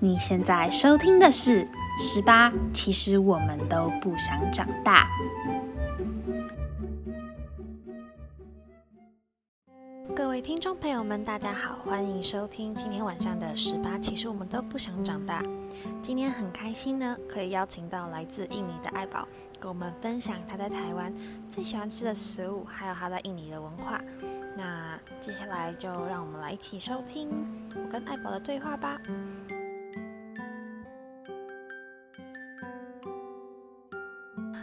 你现在收听的是《十八》，其实我们都不想长大。各位听众朋友们，大家好，欢迎收听今天晚上的《十八》，其实我们都不想长大。今天很开心呢，可以邀请到来自印尼的爱宝，跟我们分享他在台湾最喜欢吃的食物，还有他在印尼的文化。那接下来就让我们来一起收听我跟爱宝的对话吧。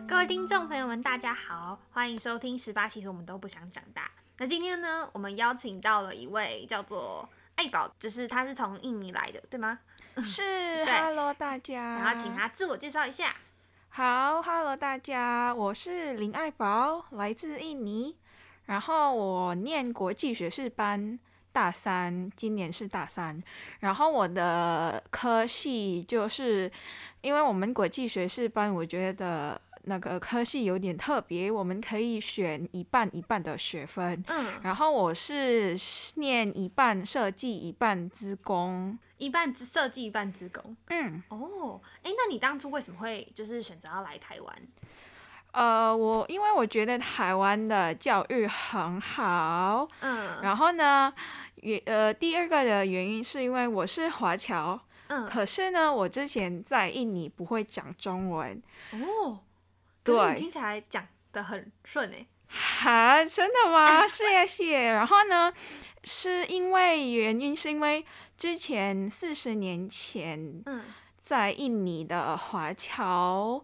各位听众朋友们，大家好，欢迎收听《十八其实我们都不想长大》。那今天呢，我们邀请到了一位叫做爱宝，就是他是从印尼来的，对吗？是嗯对，Hello 大嗯家，然后请他自我介绍一下。好，Hello 大家，我是林爱宝，来自印尼，然后我念国际学士班大三，今年是大三，然后我的科系就是，因为我们国际学士班，我觉得那个科系有点特别，我们可以选一半一半的学分。嗯，然后我是念一半设计，一半资工。一半自设计，一半自工。嗯，哦，哎，那你当初为什么会就是选择要来台湾？呃，我因为我觉得台湾的教育很好，嗯然后呢，也呃第二个的原因是因为我是华侨，嗯，可是呢，我之前在印尼不会讲中文，哦，可是对你听起来讲的很顺哎。哈，真的吗？是耶，是耶。然后呢，是因为原因是因为之前四十年前嗯在印尼的华侨，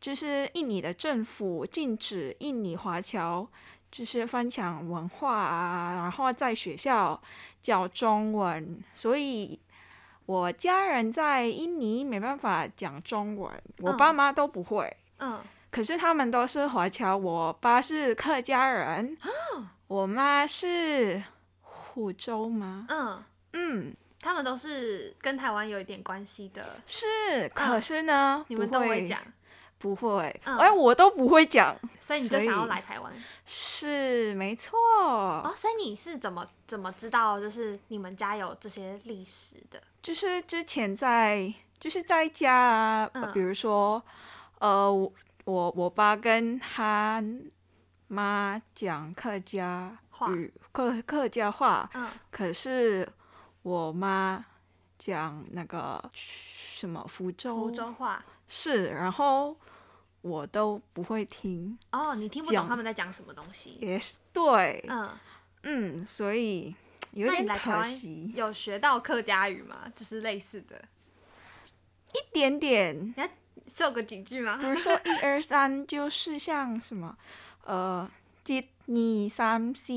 就是印尼的政府禁止印尼华侨就是分享文化啊，然后在学校教中文，所以我家人在印尼没办法讲中文，我嗯爸妈都不会，嗯，可是他们都是华侨，我爸是客家人，哦我妈是湖州吗？嗯，嗯，他们都是跟台湾有一点关系的，是，可是呢，嗯你们都不会讲，不会，嗯哎、我都不会讲。所以你就想要所以来台湾。是，没错。哦，所以你是怎么怎么知道就是你们家有这些历史的？就是之前在，就是在家啊，呃嗯比如说，呃，我我我爸跟他妈讲客家话语，客客家话，嗯可是我妈讲那个什么福州，福州话。是，然后我都不会听，哦，你听不懂讲他们在讲什么东西。也是对，嗯，嗯，所以有那你点来台可湾惜。有学到客家语吗？就是类似的，一点点，秀个几句吗比？如说一二三，就是像什么，呃，一二三四，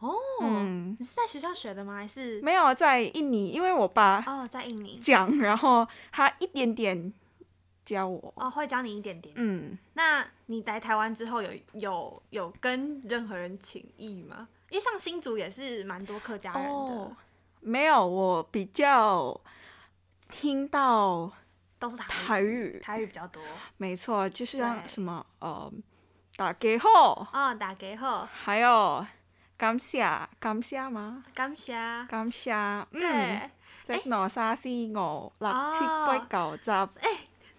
哦，嗯， 你是在学校学的吗？还是没有在印尼，因为我爸哦，在印尼？讲，然后他一点点教我，哦，会教你一点点。嗯，那你来台湾之后有有有跟任何人请益吗？因为像新竹也是蛮多客家人的，哦没有，我比较听到都是台台语，语，台语比较多。没错，就是像对什么呃，打给后，哦，打给后，还有感谢，感谢吗？感谢。啊感谢，对，嗯。即欸挪沙斯我六七哦八九十，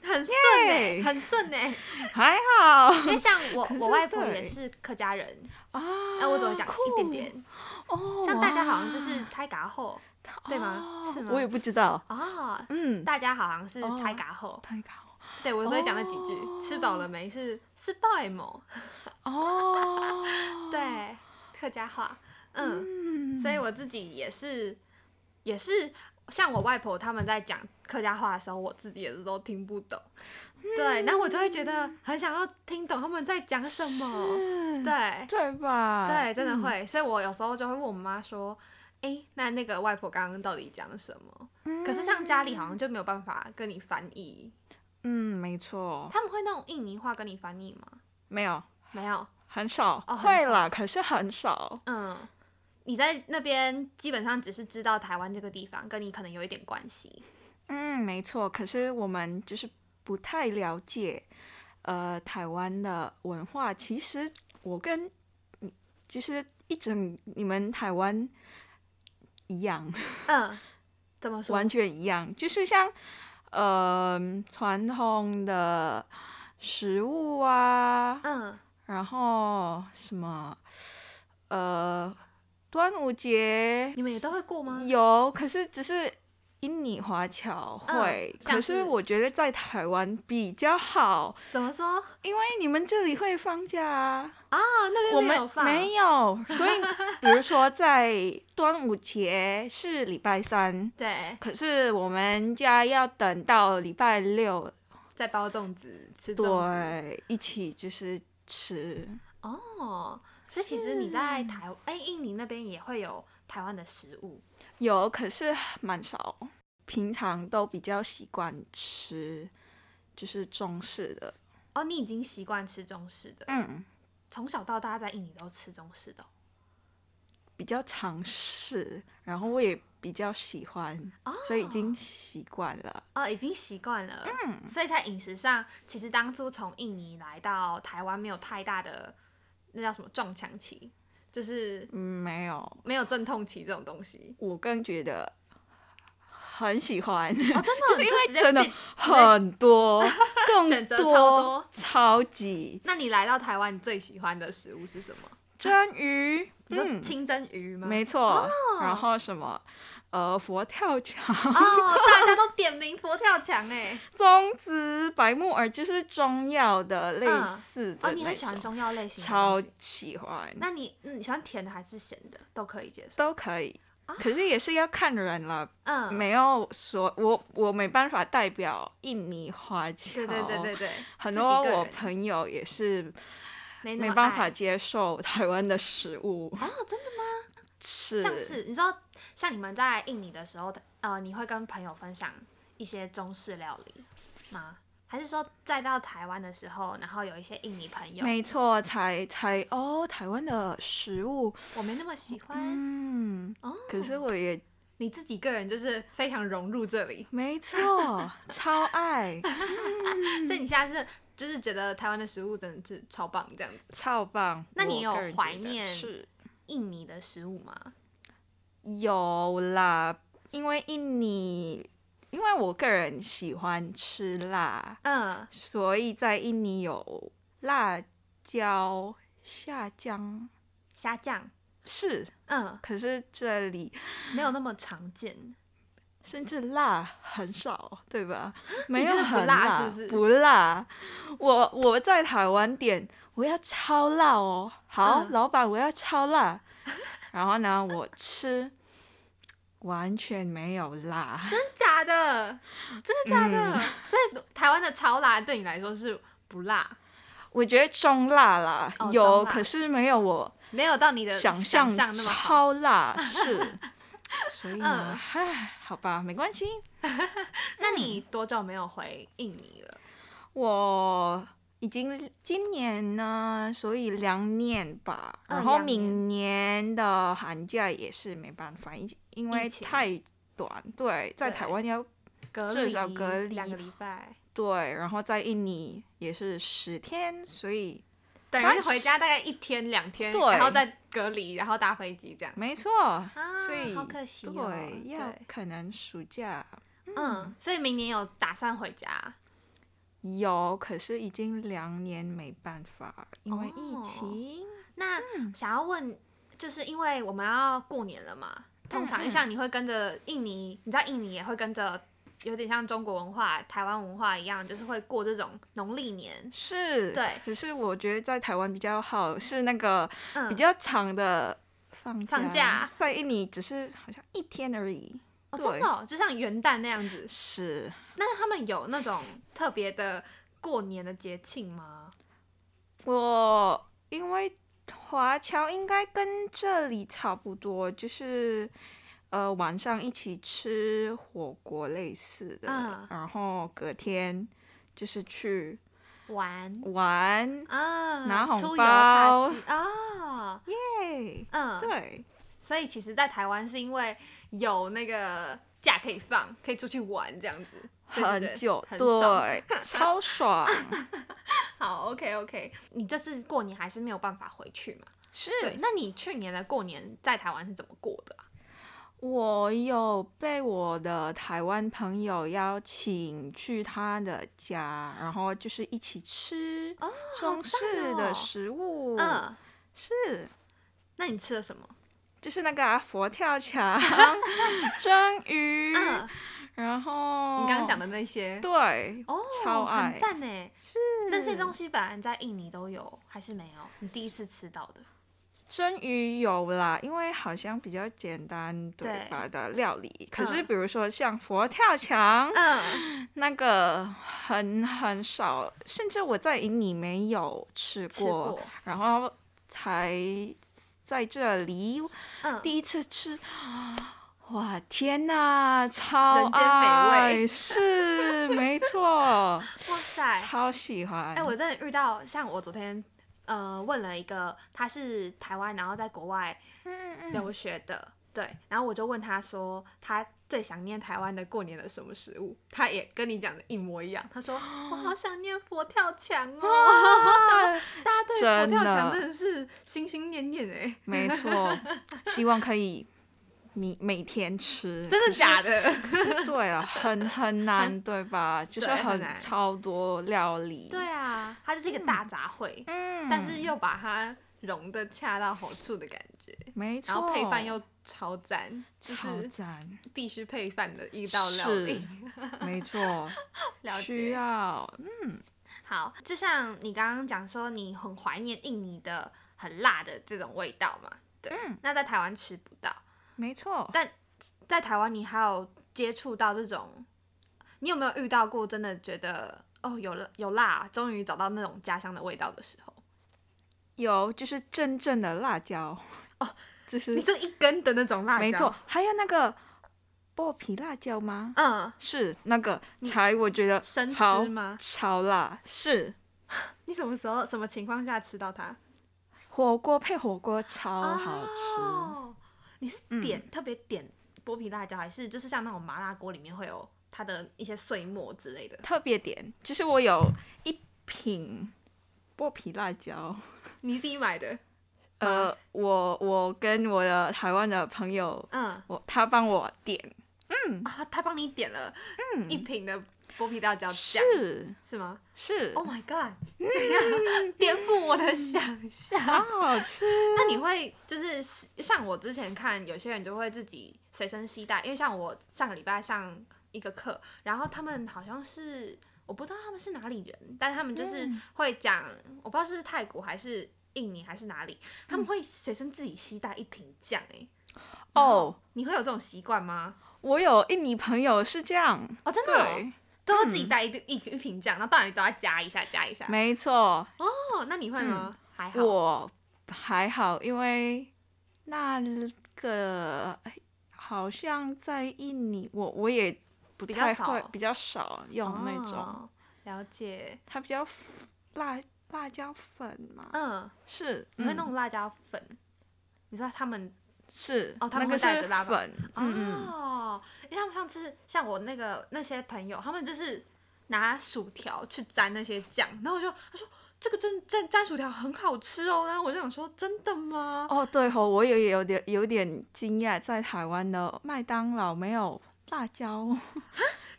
很顺哎、耶很顺哎、还好因为像我，我是外婆对也是客家人，啊。那我只会讲一点点。酷哦，像大家好像哇就是胎嘎后对吗哦是吗我也不知道，啊，嗯，大家好像是哦胎嘎后，太好对我只会讲那几句。哦吃饱了没？是吃饱了没？，哦 对，客家话，嗯嗯所以我自己也是，也是像我外婆他们在讲客家话的时候，我自己也是都听不懂。嗯对，然后我就会觉得很想要听懂他们在讲什么。是对，对吧？对，真的嗯，会。所以我有时候就会问我妈说：“诶，那那个外婆刚刚到底讲什么？”可是像家里好像就没有办法跟你翻译，嗯，没错，他们会弄印尼话跟你翻译吗？没有 没有。很少，哦很会啦，可是很少，嗯，你在那边基本上只是知道台湾这个地方跟你可能有一点关系。嗯，没错，可是我们就是不太了解，呃，台湾的文化。其实我跟你就是一整你们台湾一样，嗯，怎么说完？全一样，就是像呃传统的食物啊，嗯，然后什么呃端午节你们也都会过吗？有，可是只是印尼华侨嗯会，像可是是我觉得在台湾比较好， 怎么说因为你们这里会放假啊。啊？那我边没们有放，没有，所以比如说在端午节是礼拜三，对，可是我们家要等到礼拜六，在包粽子吃粽子。对，一起就是吃。哦，所以其实你在台哎、印尼那边也会有台湾的食物有，可是蛮少，平常都比较习惯吃，就是中式的。哦。你已经习惯吃中式的，嗯，从小到大在印尼都吃中式的哦比较尝试，然后我也比较喜欢，哦，所以已经习惯了。哦已经习惯了。嗯，所以在饮食上，其实当初从印尼来到台湾没有太大的那叫什么撞墙期，就是嗯，没有，没有阵痛期这种东西。我更觉得很喜欢，哦，真的哦， 就是因你为直接真的变很 多，更选择超多超级那你来到台湾，你最喜欢的食物是什么？蒸鱼，你说嗯清蒸鱼吗？没错，然后什么呃佛跳墙、哦，大家都点名佛跳墙 哎。粽子、白木耳，就是中药的类嗯似的哦，你那很喜欢种中药类型的超东西？喜欢，那你嗯你喜欢甜的还是咸的都可以接受？都可以。可是也是要看人了，嗯，没有说我我没办法代表印尼华侨，对对对对对，很自己多个人我朋友也是没那没么办法爱接受台湾的食物，哦，真的吗？是像是你说，像你们在印尼的时候，呃，你会跟朋友分享一些中式料理吗？还是说再到台湾的时候，然后有一些印尼朋友，没错，才才哦，台湾的食物，我没那么喜欢嗯，哦？可是我也你自己个人就是非常融入这里，没错，超 爱，所以你现在是就是觉得台湾的食物真的是超棒这样子。超棒。那你我有个人觉怀得念是印尼的食物吗？有啦，因为印尼，因为我个人喜欢吃辣，嗯，所以在印尼有辣椒下江虾酱，是，嗯，可是这里没有那么常见。甚至辣很少，对 吧？没有真的不很辣辣，是不是不辣。我我在台湾点，我要超辣哦。好，嗯老板，我要超辣。 然后呢，我吃完全没有辣，真假的？真的假的？嗯所以台湾的超辣对你来说是不辣，我觉得中辣啦，哦有，中辣可是没有我没有到你的想象象那么好。嗯超辣， 是。所以呢，唉，好吧，没关系。那你多久没有回印尼了？我已经今年呢，所以两年吧，嗯然后两年明年的寒假也是没办法，因因为疫情太短，对，在对台湾要隔至离少隔离两个礼拜，对，然后在印尼也是十天，所以等它于回家大概一天两天，对然后再隔离，然后搭飞机这样。没错，啊所以好可惜哦对，要对可能暑假嗯，所以明年有打算回家。有，可是已经两年没办法，因为疫哦情。那嗯想要问，就是因为我们要过年了嘛，嗯通常像你会跟着印尼，你在印尼也会跟着，有点像中国文化、台湾文化一样，就是会过这种农历年。是，对可是我觉得在台湾比较好，是那个嗯比较长的放假。放假在印尼只是好像一天而已。哦，对真的哦、就像元旦那样子。是，那他们有那种特别的过年的节庆吗？我因为华侨应该跟这里差不多，就是呃晚上一起吃火锅类似的，嗯然后隔天就是去玩玩。啊，拿红出游踏包青啊，对，嗯，对，所以其实，在台湾是因为有那个假可以放，可以出去玩这样子，所以就觉得很久，很爽。对，超 爽。 好，OK OK，你这次过年还是没有办法回去嘛？是，对，那你去年的过年在台湾是怎么过的啊？我有被我的台湾朋友邀请去他的家，然后就是一起吃哦中式哦的食物，嗯，是那你吃了什么？就是那个啊、佛跳 墙、蒸鱼，嗯，然后你刚刚讲的那些，对，哦，超爱很赞呢。是那些东西本来在印尼都有，还是没有？你第一次吃到的？蒸鱼有啦，因为好像比较简单对对吧的料理，可是嗯比如说像佛跳墙，嗯，那个很很少，甚至我在印尼没有吃过，吃过，然后才在这里嗯，第一次吃。 哇，天呐，超人间美味 爱是没错，哇塞，超喜欢。哎、我真的遇到像我昨天呃问了一个，他是台湾然后在国外嗯留学的，对，然后我就问他说他最想念台湾的过年的什么食物，他也跟你讲的一模一样，他说我好想念佛跳墙哦， 啊大家对佛跳墙真真的是心心念念哎、没 错，希望可以每每天吃。真的假的？对啊，很很难，对吧？就是对很很难超多料理。对啊，它就是一个大杂烩，嗯，但是又把它融的恰到好处的感觉，没错，然后配饭又超赞，就超是赞，必须配饭的一道料是理。没错， 了需解。要好，就像你刚刚讲说，你很怀念印尼的很辣的这种味道嘛？对。嗯那在台湾吃不到，没错。在台湾你还有接触到这种，你有没有遇到过真的觉得哦有辣有辣，终于找到那种家乡的味道的时候？有就是真正的辣椒哦， 就是你是一根的那种辣嗯椒？没错，。还有那个剥皮辣椒吗？嗯，是那个才我觉得生吃好吗超辣，是你什么时候什么情况下吃到它？火锅配火锅超好吃，哦，你是点、特别点剥皮辣椒，还是就是像那种麻辣锅里面会有它的一些碎末之类的？特别点就是我有一瓶剥皮辣椒。你自己买的？嗯呃，我我跟我的台湾的朋友，嗯，我他帮我点啊，他帮你点了一瓶的剥皮辣椒酱，是嗯是吗是， ？Oh my god！等一下颠覆我的想象。好好吃，那你会就是像我之前看有些人就会自己随身携带，因为像我上个礼拜上一个课，然后他们好像是我不知道他们是哪里人，但他们就是嗯会讲，我不知道是泰国还是印尼还是哪里，他们嗯会随身自己携带一瓶酱、欸。哎，哦，你会有这种习惯吗？我有印尼朋友是这样，哦，真的哦、对，都会自己带一、一一瓶酱，然后到哪里都要加一下加一下。嗯没错，哦，那你会吗？还好。我还好，因为那个哎好像在印尼，我我也不比较太少会，比较少用那种，哦了解。它比较 f- 辣辣椒粉嘛，嗯，是，你会嗯弄辣椒粉？你知道他们是，哦他那们个会带是着辣吧粉，嗯嗯，哦，因为他们上次像我那个那些朋友，他们就是拿薯条去沾那些酱，然后我就他说这个真沾沾薯条很好吃哦，然后我就想说真的吗？哦，对吼、我也有点有点惊讶，在台湾的麦当劳没有辣椒，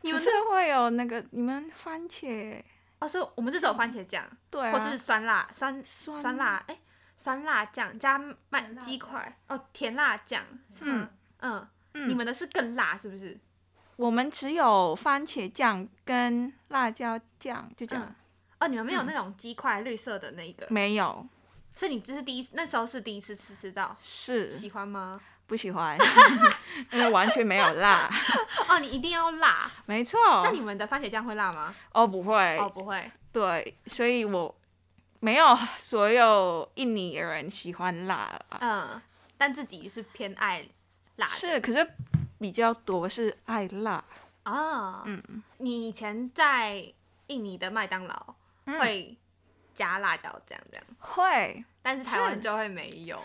你只们是会有那个你们番茄，哦，所以我们就只有番茄酱，对啊，或是酸辣酸酸酸辣哎、酸辣酱加麦鸡块哦，甜辣酱是吗？嗯嗯你们的是更辣是不是？我们只有番茄酱跟辣椒酱，就这样，嗯哦，你们没有那种鸡块绿色的那一个，没有，所以你这是第一次，那时候是第一次吃吃到，是喜欢吗？不喜 欢，因为完全没有辣，哦，你一定要辣，没错。那你们的番茄酱会辣吗？哦不会，哦，不会。对，所以我没有所有印尼人喜欢辣啦，嗯，但自己是偏爱辣的是，可是比较多是爱辣。啊。嗯，你以前在印尼的麦当劳嗯会加辣椒酱这样，会，但是台湾是就会没有，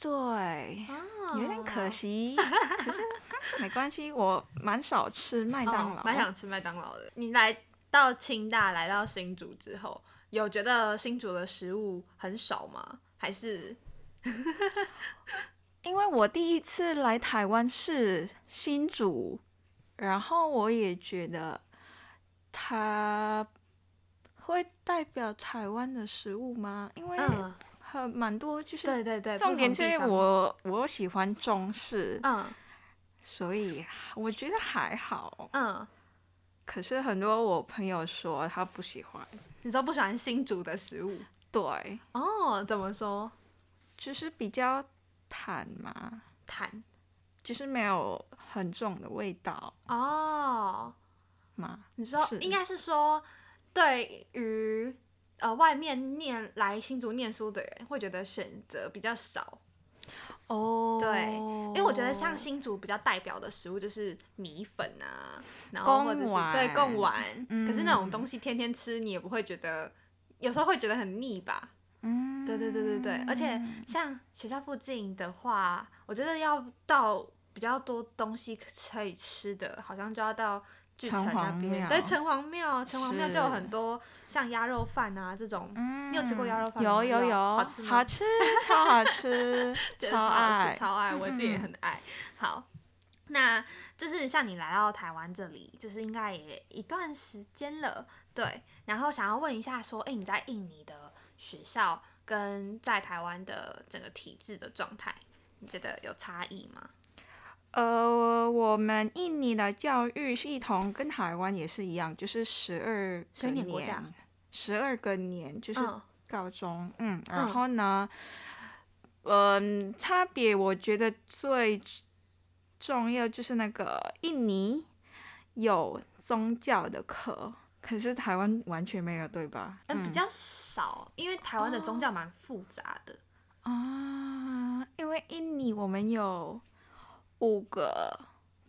对，有有点可惜。哦可是嗯没关系，我蛮少吃麦当劳，蛮想哦吃麦当劳的。你来到清大，来到新竹之后，有觉得新竹的食物很少吗？还是因为我第一次来台湾是新竹，然后我也觉得它会代表台湾的食物吗？因为嗯，很蛮多，就是对对对，重点不同是地方，我我喜欢中式，嗯所以我觉得还好。嗯，可是很多我朋友说他不喜欢，你说不喜欢新煮的食物对，哦？怎么说？就是比较淡嘛，痰就是没有很重的味道哦，嘛。你说是应该是说，对于呃外面念来新竹念书的人，会觉得选择比较少，哦对因为我觉得像新竹比较代表的食物就是米粉啊，然后贡或者是丸对贡丸，嗯可是那种东西天天吃，你也不会觉得，有时候会觉得很腻吧？嗯，对对对对对，而且像学校附近的话，我觉得要到比较多东西可以吃的，好像就要到巨城城那隍边。庙对，城隍庙，城隍庙就有是很多像鸭肉饭啊这种，嗯你有吃过鸭肉饭有吗有有有，好吃吗，好吃，超好吃 觉得超超好爱嗯吃，，超爱，我自己也很爱。好，那就是像你来到台湾这里，就是应该也一段时间了，对。然后想要问一下，说，哎、你在印尼的学校跟在台湾的整个体制的状态，你觉得有差异吗？呃，我们印尼的教育系统跟台湾也是一样，就是十二12个年国家年，十二个年就是嗯高中，嗯，然嗯后呢，嗯、差别我觉得最重要就是那个印尼有宗教的课，可是台湾完全没有，对吧？嗯，比较少，因为台湾的宗教蛮复杂的。啊，因为印尼我们有五个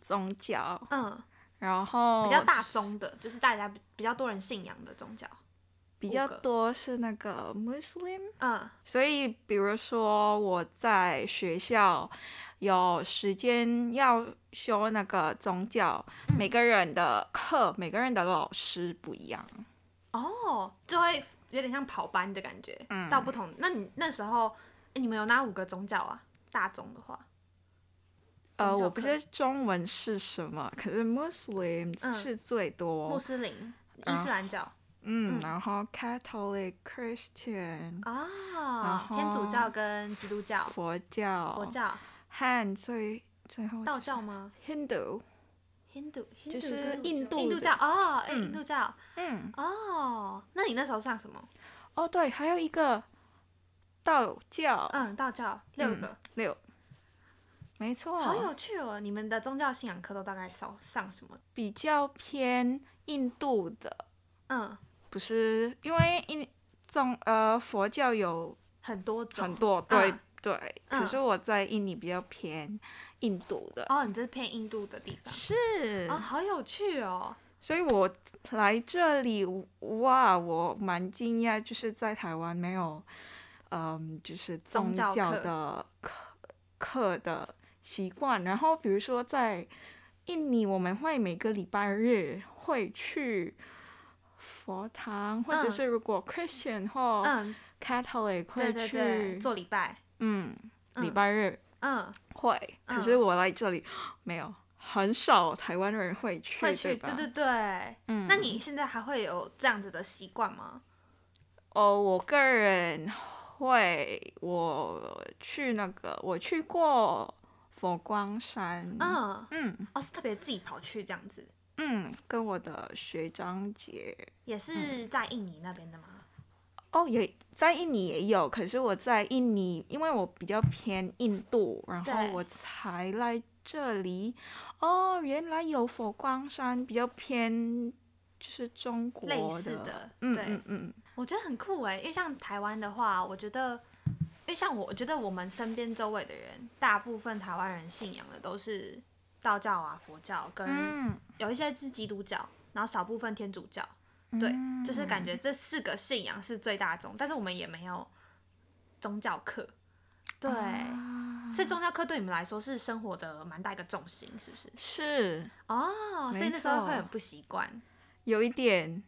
宗教，嗯，然后比较大宗的，就是大家比比较多人信仰的宗教。比五较个多是那个 Muslim，嗯所以比如说我在学校有时间要修那个宗教，嗯每个人的课，每个人的老师不一样。哦，就会有点像跑班的感觉，嗯到不同。那你那时候，诶你们有哪五个宗教啊？大宗的话，呃，宗教我不课知道中文是什么，可是 Muslim 嗯是最穆多，斯林、然伊斯兰教嗯，嗯然后 Catholic、Christian、啊，后哦天主教跟基督教、佛教、佛教、和最最后道教吗 Hindu， ？Hindu 就 Hindu 是跟印度印度的教哦，诶嗯印度教嗯，哦。那你那时候上什么？哦对，还有一个道教，嗯，道教六个，六，没错，好有趣哦。你们的宗教信仰课都大概上上什么？比较偏印度的，嗯，不是因为印宗呃佛教有很多种很。多，对、嗯对，嗯可是我在印尼比较偏印度的，哦，你这是偏印度的地方是，哦，好有趣哦。所以我来这里哇，我蛮惊讶，就是在台湾没有，嗯，就是宗宗教教课的课课的习惯。然后比如说在印尼，我们会每个礼拜日会去佛堂，或者嗯是如果 Christian 或嗯， Catholic 对会对去，对，做礼拜，嗯，礼嗯拜日嗯，会。可是我来这里没有，很少台湾人会去，会去，吧？对对对。嗯，那你现在还会有这样子的习惯吗？哦，我个人会，我去那个，我去过佛光山，嗯，嗯哦，是特别自己跑去这样子，嗯，跟我的学长姐，也是在印尼那边的吗？哦，也在印尼也有，可是我在印尼，因为我比较偏印度，然后对我才来这里，哦，原来有佛光山，比较偏就是中国类似的，的，嗯对嗯，嗯，我觉得很酷哎，因为像台湾的话，我觉得，因为像我，我觉得我们身边周围的人，大部分台湾人信仰的都是道教啊、佛教，跟嗯，有一些是基督教，然后少部分天主教。嗯对，就是感觉这四个信仰是最大宗，但是我们也没有宗教课，对，啊所以宗教课对你们来说是生活的蛮大一个重心，是不是？是哦，所以没那时候错会很不习惯，有一点。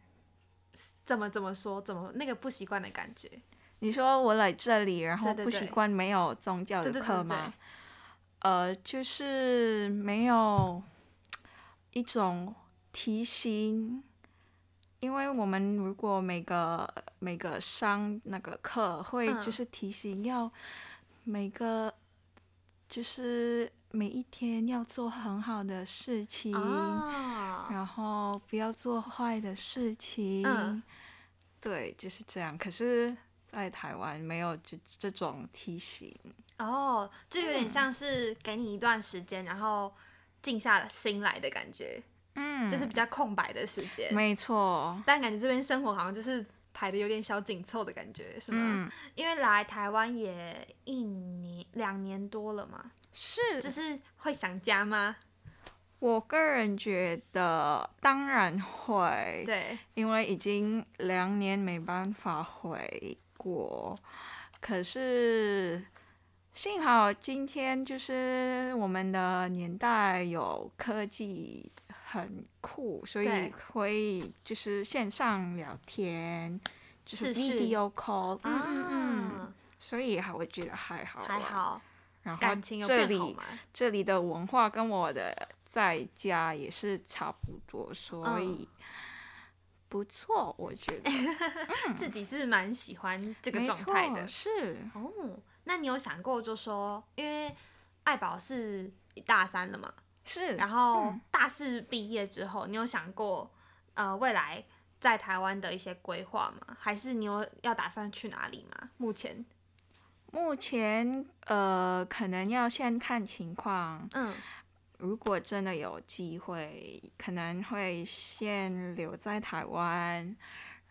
怎么怎么说，怎么那个不习惯的感觉？你说我来这里，然后对对不对习惯没有宗教对的对对课对吗？呃，就是没有一种提醒，因为我们如果每个每个上那个课会嗯就是提醒要每个就是每一天要做很好的事情，啊，然后不要做坏的事情。嗯对，就是这样。可是，在台湾没有这这种提醒。哦，就有嗯点像是给你一段时间，然后静下心来的感觉，嗯就是比较空白的时间。没错。但感觉这边生活好像就是排的有点小紧凑的感觉，是吗？嗯，因为来台湾也一年两年多了嘛，是，就是会想家吗？我个人觉得当然会，对，因为已经两年没办法回国，可是。幸好今天就是我们的年代有科技很酷，所以对可以就是线上聊天，就是视讯 video call，嗯嗯嗯，啊，所以还我觉得还好，啊还。好，然后感情有这更好里吗？这里的文化跟我的在家也是差不多，嗯所以不错，我 觉得自己是蛮喜欢这这个状态的。是哦，那你有想过就说，因为爱宝是大三了嘛，是，然后大四毕业之后，你有想过呃未来在台湾的一些规划吗？还是你有要打算去哪里吗？目前，目前呃可能要先看情况，嗯，如果真的有机会，可能会先留在台湾。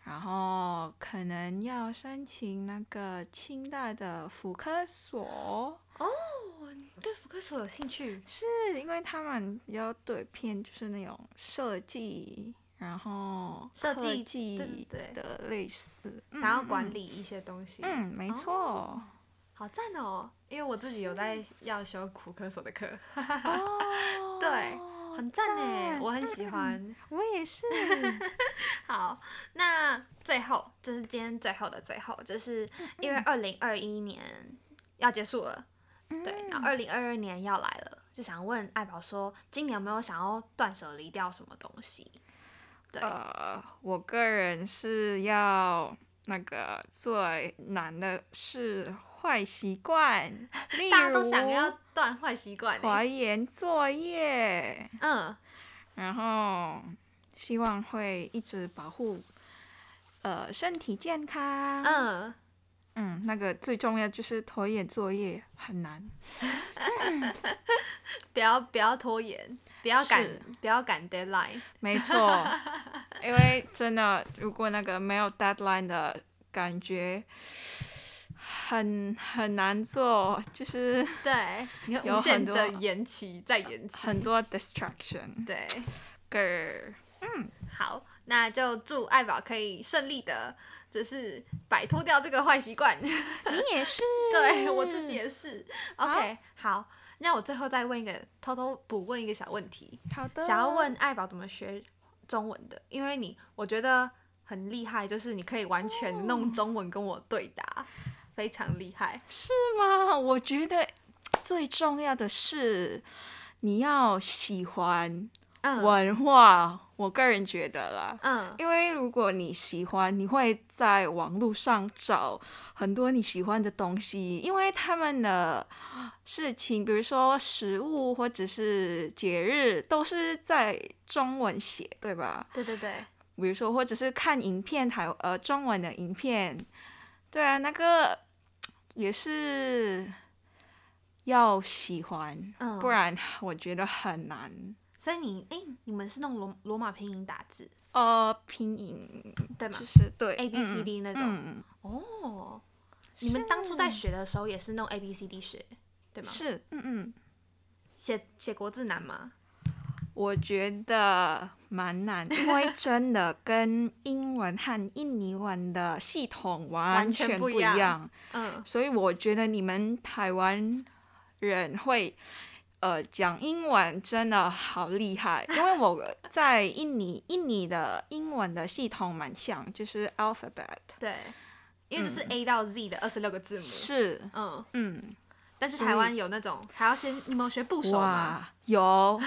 然后可能要申请那个清大的福科所，对福克所有兴趣是因为他们要对偏就是那种设计，然后设科计技对对对的类似，嗯然后管，理一些东西，嗯，嗯没错。 好赞哦！因为我自己有在要修苦科所的课，哦对，很赞哎，赞嗯我很喜欢。我也是，好，那最后就是今天最后的最后，就是嗯因为二零二一年要结束了，嗯对，然后二零二二年要来了，就想问爱宝说，今年有没有想要断舍离掉什么东西？ 对，呃，我个人是要那个最难的是坏习 惯，例大家都想如要断坏习惯欸，还原作业，嗯，然后希望会一直保护呃身体健康。嗯，嗯那个最重要就是拖延作业很难。不要不要拖延，不要赶是不要赶 deadline，没错，因为真的如果那个没有 deadline 的感觉。很很难做，就是对，你看有无限很多的延期再延期，很多 distraction。对。 girl，好，那就祝爱宝可以顺利的，就是摆脱掉这个坏习惯。，你也是对我自己也是。OK，好，那我最后再问一个，偷偷补问一个小问题， 好的。想要问爱宝怎么学中文的，因为你我觉得很厉害，就是你可以完全嗯弄中文跟我对答，非常厉害。是吗？我觉得最重要的是你要喜欢，嗯，文化，我个人觉得啦，嗯因为如果你喜欢，你会在网络上找很多你喜欢的东西，因为他们的事情，比如说食物或者是节日，都是在中文写，对吧？对对对，比如说，或者是看影片台呃中文的影片，对啊，那个也是要喜欢，嗯，不，然我觉得很难。所以你哎、你们是弄罗罗马拼音打字呃，拼音对吗就是对？A B C D 那种。嗯，哦，你们当初在学的时候也是弄 A B C D 学，对嗯吗？是，嗯嗯，写写国字难吗？我觉得蛮难，因为真的跟英文和印尼文的系统完完全全不不一一样样，嗯，所以我觉得你们台湾人会。呃，讲英文真的好厉害，因为我在印尼，印尼的英文的系统蛮像，就是 alphabet，对，因为就是 A 到 Z 的二十六个字母。嗯是，嗯，嗯，但是所以台湾有那种还要先，你们有学部首吗？哇，有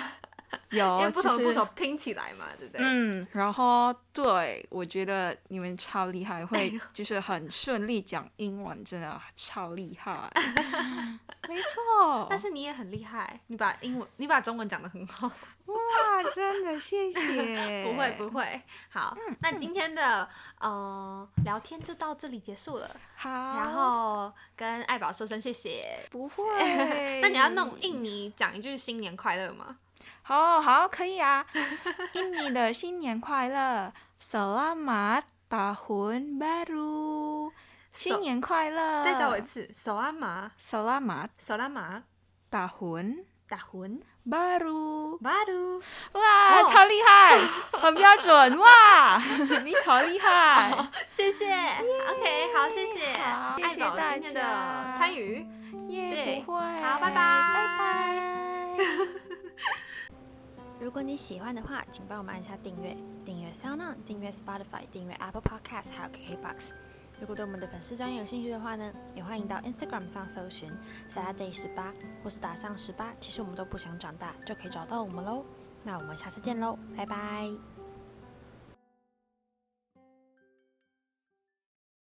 有， 因为不哦就同的部是首拼起来嘛，对不对？嗯，然后对我觉得你们超厉害，哎会就是很顺利讲英文，真的超厉 害。没错，但是你也很厉害，你把英文，你把中文讲得很好。哇，真的谢谢。 不会不会，好，嗯那今天的呃聊天就到这里结束了，好，然后跟爱宝说声谢谢。不会 。那你要弄印尼讲一句新年快乐吗？好好可以啊。印尼的新年快乐，Selamat Tahun Baru，新年快乐。再教我一次，手拉麻， ，Selamat 手拉麻， Tahun 打魂， Baru。巴鲁。哇，哦超厉害，很标准哇！你超厉害，谢谢，OK，好，谢谢好爱谢谢宝大今天的家参与。对 耶，不会，好拜拜拜拜。如果你喜欢的话，请帮我们按下订阅，订阅 SoundOn，订阅 Spotify，订阅 Apple Podcast，还有 KKBox。如果对我们的粉丝专业有兴趣的话呢，也欢迎到 Instagram 上搜寻 Saturday 十八，或是打上十八，其实我们都不想长大，就可以找到我们喽。那我们下次见喽，拜拜。